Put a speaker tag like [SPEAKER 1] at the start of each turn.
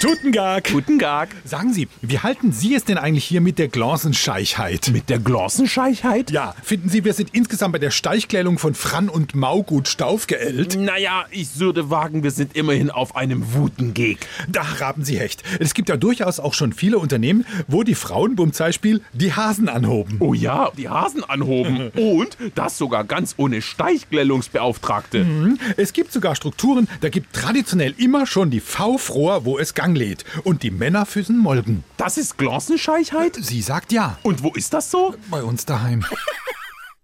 [SPEAKER 1] Tutengag.
[SPEAKER 2] Guten Tag.
[SPEAKER 1] Sagen Sie, wie halten Sie es denn eigentlich hier mit der Glossenscheichheit?
[SPEAKER 2] Mit der Glossenscheichheit?
[SPEAKER 1] Ja, finden Sie, wir sind insgesamt bei der Steichklärung von Fran und Mau gut staufgeellt?
[SPEAKER 2] Naja, ich würde wagen, wir sind immerhin auf einem Wutengeg.
[SPEAKER 1] Da haben Sie recht. Es gibt ja durchaus auch schon viele Unternehmen, wo die Frauen beim Beispiel die Hasen anhoben.
[SPEAKER 2] Oh ja, die Hasen anhoben. Und das sogar ganz ohne Steichglellungsbeauftragte.
[SPEAKER 1] Es gibt sogar Strukturen, da gibt traditionell immer schon die V-Froher, wo es Gang lädt. Und die Männer füssen Molken.
[SPEAKER 2] Das ist Glossenscheichheit?
[SPEAKER 1] Sie sagt ja.
[SPEAKER 2] Und wo ist das so?
[SPEAKER 1] Bei uns daheim.